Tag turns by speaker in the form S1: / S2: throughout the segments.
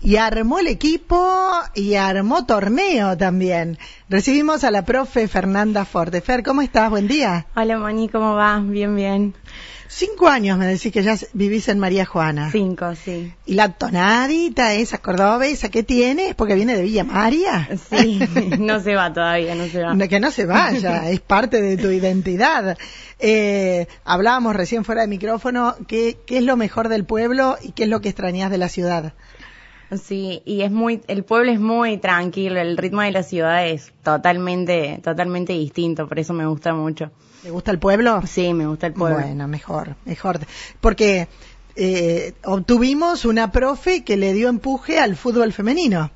S1: y armó el equipo y armó torneo también. Recibimos a la profe Fernanda Forte. Fer, ¿cómo estás? Buen día.
S2: Hola Moni, ¿cómo vas? Bien, bien.
S1: Cinco años me decís que ya vivís en María Juana.
S2: Cinco, sí.
S1: ¿Y la tonadita esa cordobesa que tiene es porque viene de Villa María?
S2: Sí, no se va todavía, no se va.
S1: No, que no se vaya, es parte de tu identidad. Eh, hablábamos recién fuera de micrófono, ¿qué, ¿qué es lo mejor del pueblo y qué es lo que extrañas de la ciudad?
S2: Sí, y es muy, el pueblo es muy tranquilo, el ritmo de la ciudad es totalmente, totalmente distinto, por eso me gusta mucho.
S1: ¿Te gusta el pueblo?
S2: Sí, me gusta el pueblo.
S1: Bueno, mejor, mejor. Porque eh, obtuvimos una profe que le dio empuje al fútbol femenino.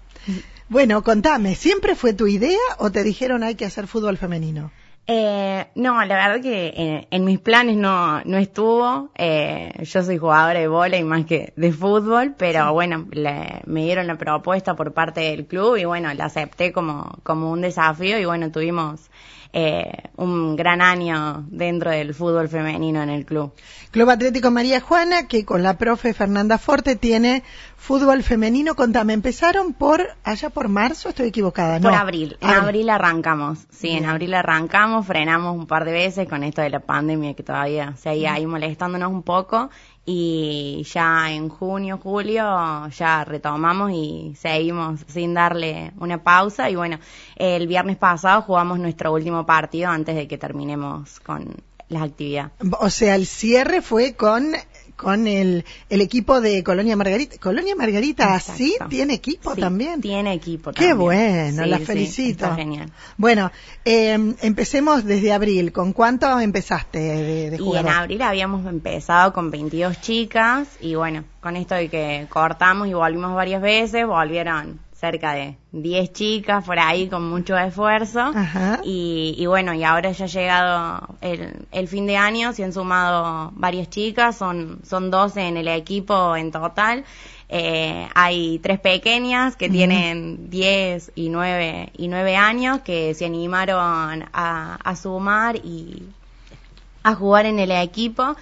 S1: Bueno, contame, ¿siempre fue tu idea o te dijeron hay que hacer fútbol femenino?
S2: Eh, no, la verdad que en, en, mis planes no, no estuvo. Eh, yo soy jugadora de volei más que de fútbol, pero sí. bueno, le, me dieron la propuesta por parte del club y bueno, la acepté como, como un desafío y bueno, tuvimos eh, un gran año dentro del fútbol femenino en el club.
S1: Club Atlético María Juana, que con la profe Fernanda Forte tiene fútbol femenino. Contame, empezaron por allá por marzo, estoy equivocada, ¿no?
S2: Por abril. En ah. abril arrancamos, sí, Bien. en abril arrancamos, frenamos un par de veces con esto de la pandemia que todavía seguía ahí molestándonos un poco. Y ya en junio, julio, ya retomamos y seguimos sin darle una pausa. Y bueno, el viernes pasado jugamos nuestro último partido antes de que terminemos con las actividades.
S1: O sea, el cierre fue con con el, el equipo de Colonia Margarita. Colonia Margarita, Exacto. así tiene equipo
S2: sí,
S1: Ah, también.
S2: Tiene equipo
S1: también.
S2: Qué
S1: bueno,
S2: sí,
S1: la
S2: sí,
S1: felicito.
S2: Está genial.
S1: Bueno, eh, empecemos desde abril. ¿Con cuánto empezaste de, de jugar?
S2: Y en abril habíamos empezado con 22 chicas y bueno, con esto de que cortamos y volvimos varias veces, volvieron cerca de 10 chicas por ahí con mucho esfuerzo
S1: Ah.
S2: y, y, bueno, y ahora ya ha llegado el, el, fin de año, se han sumado varias chicas, son, son 12 en el equipo en total. Eh, hay tres pequeñas que uh -huh. tienen 10 y 9, y 9 años que se animaron a, a sumar y a jugar en el equipo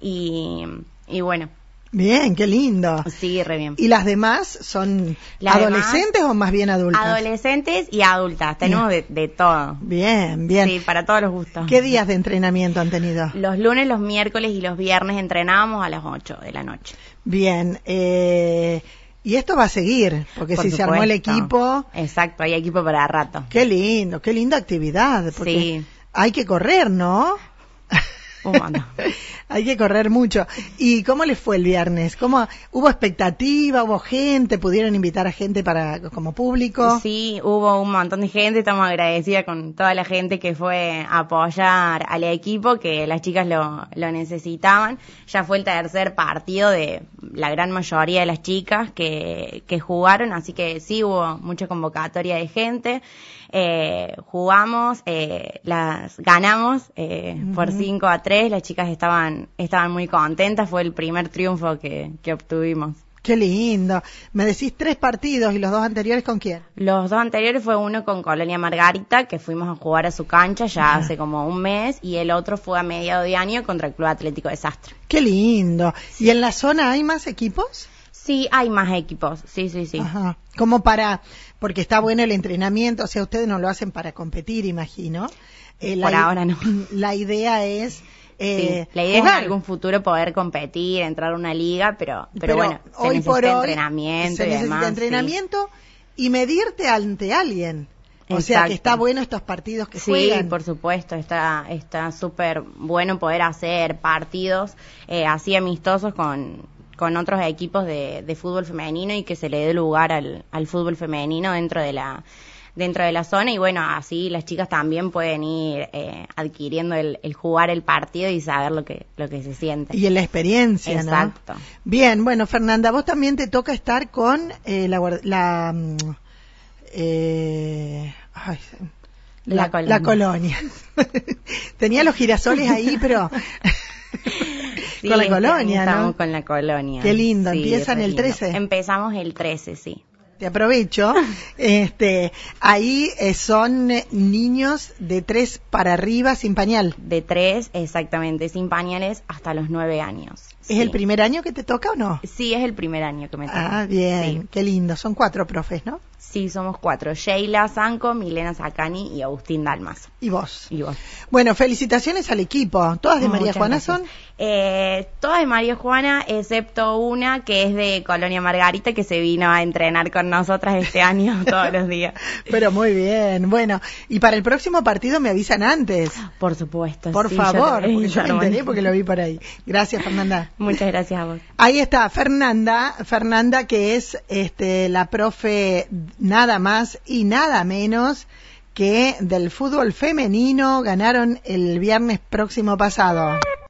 S2: y, y bueno,
S1: Bien, qué lindo.
S2: Sí, re bien.
S1: Ah. ¿Y las demás son las adolescentes demás, o más bien adultas?
S2: Adolescentes y adultas, tenemos de, de, todo.
S1: Bien, bien.
S2: Sí, Mm. para todos los gustos.
S1: ¿Qué días de entrenamiento han tenido?
S2: Los lunes, los miércoles y los viernes entrenábamos a las 8 de la noche.
S1: Bien, eh, y esto va a seguir, porque Por si supuesto. se armó el equipo.
S2: Exacto, hay equipo para rato.
S1: Qué lindo, qué linda actividad. Porque sí. Hay que correr, ¿no? Hay que correr mucho. ¿Y cómo les fue el viernes? ¿Cómo hubo expectativa? ¿Hubo gente? ¿Pudieron invitar a gente para como público?
S2: Sí, hubo un montón de gente. Estamos agradecidas con toda la gente que fue a apoyar al equipo, que las chicas lo, lo necesitaban. Ya fue el tercer partido de la gran mayoría de las chicas que, que jugaron, así que sí hubo mucha convocatoria de gente. Eh, jugamos, eh, las ganamos eh, uh -huh. por 5 a 3, las chicas estaban, estaban muy contentas, fue el primer triunfo que, que obtuvimos.
S1: Qué lindo. Me decís tres partidos y los dos anteriores con quién?
S2: Los dos anteriores fue uno con Colonia Margarita, que fuimos a jugar a su cancha ya ah. hace como un mes, y el otro fue a mediado de año contra el Club Atlético Desastre.
S1: Qué lindo. Sí. ¿Y en la zona hay más equipos?
S2: Sí, hay más equipos, sí, sí, sí.
S1: Ajá. Como para, porque está bueno el entrenamiento, o sea, ustedes no lo hacen para competir, imagino.
S2: Eh, Por la, ahora no.
S1: La idea es... Eh,
S2: sí, la idea jugar. es en algún futuro poder competir, entrar a una liga, pero, pero, pero bueno, se hoy necesita por hoy entrenamiento
S1: se
S2: y
S1: necesita
S2: demás,
S1: entrenamiento sí. y medirte ante alguien. O Exacto. sea que está bueno estos partidos que
S2: sí,
S1: juegan.
S2: Sí, por supuesto, está está súper bueno poder hacer partidos eh, así amistosos con, con otros equipos de, de, fútbol femenino y que se le dé lugar al, al, fútbol femenino dentro de la dentro de la zona y bueno así las chicas también pueden ir eh, adquiriendo el, el, jugar el partido y saber lo que lo que se siente
S1: y la experiencia
S2: exacto
S1: ¿no? bien bueno Fernanda vos también te toca estar con eh, la, la mm, eh, ay, la, la, colonia, la colonia. tenía los girasoles ahí pero
S2: Sí, este,
S1: con la colonia,
S2: estamos
S1: ¿no?
S2: con la colonia.
S1: Qué lindo,
S2: sí,
S1: empiezan el 13.
S2: Lindo. Empezamos el 13, sí.
S1: Te aprovecho. este, ahí son eh, niños de 3 para arriba sin pañal.
S2: De 3, exactamente, sin pañales hasta los 9 años.
S1: ¿Es el primer año que te toca o no?
S2: Sí, es el primer año que me toca.
S1: Ah, bien,
S2: Sí.
S1: qué lindo. Son cuatro profes, ¿no?
S2: Sí, somos cuatro. Sheila Sanco, Milena Sacani y Agustín Dalmazo.
S1: Y vos.
S2: Y vos.
S1: Bueno, felicitaciones al equipo. ¿Todas de María
S2: Muchas
S1: Juana
S2: gracias.
S1: son?
S2: Eh, todas de María Juana, excepto una que es de Colonia Margarita, que se vino a entrenar con nosotras este año todos los días.
S1: Pero muy bien. Bueno, y para el próximo partido me avisan antes.
S2: Por supuesto.
S1: Por
S2: Pues sí, yo
S1: favor,
S2: te-
S1: porque yo me
S2: Bueno,
S1: enteré porque lo vi por ahí. Gracias, Fernanda.
S2: Muchas gracias a vos.
S1: Ahí está Fernanda, Fernanda que es este la profe nada más y nada menos que del fútbol femenino ganaron el viernes próximo pasado.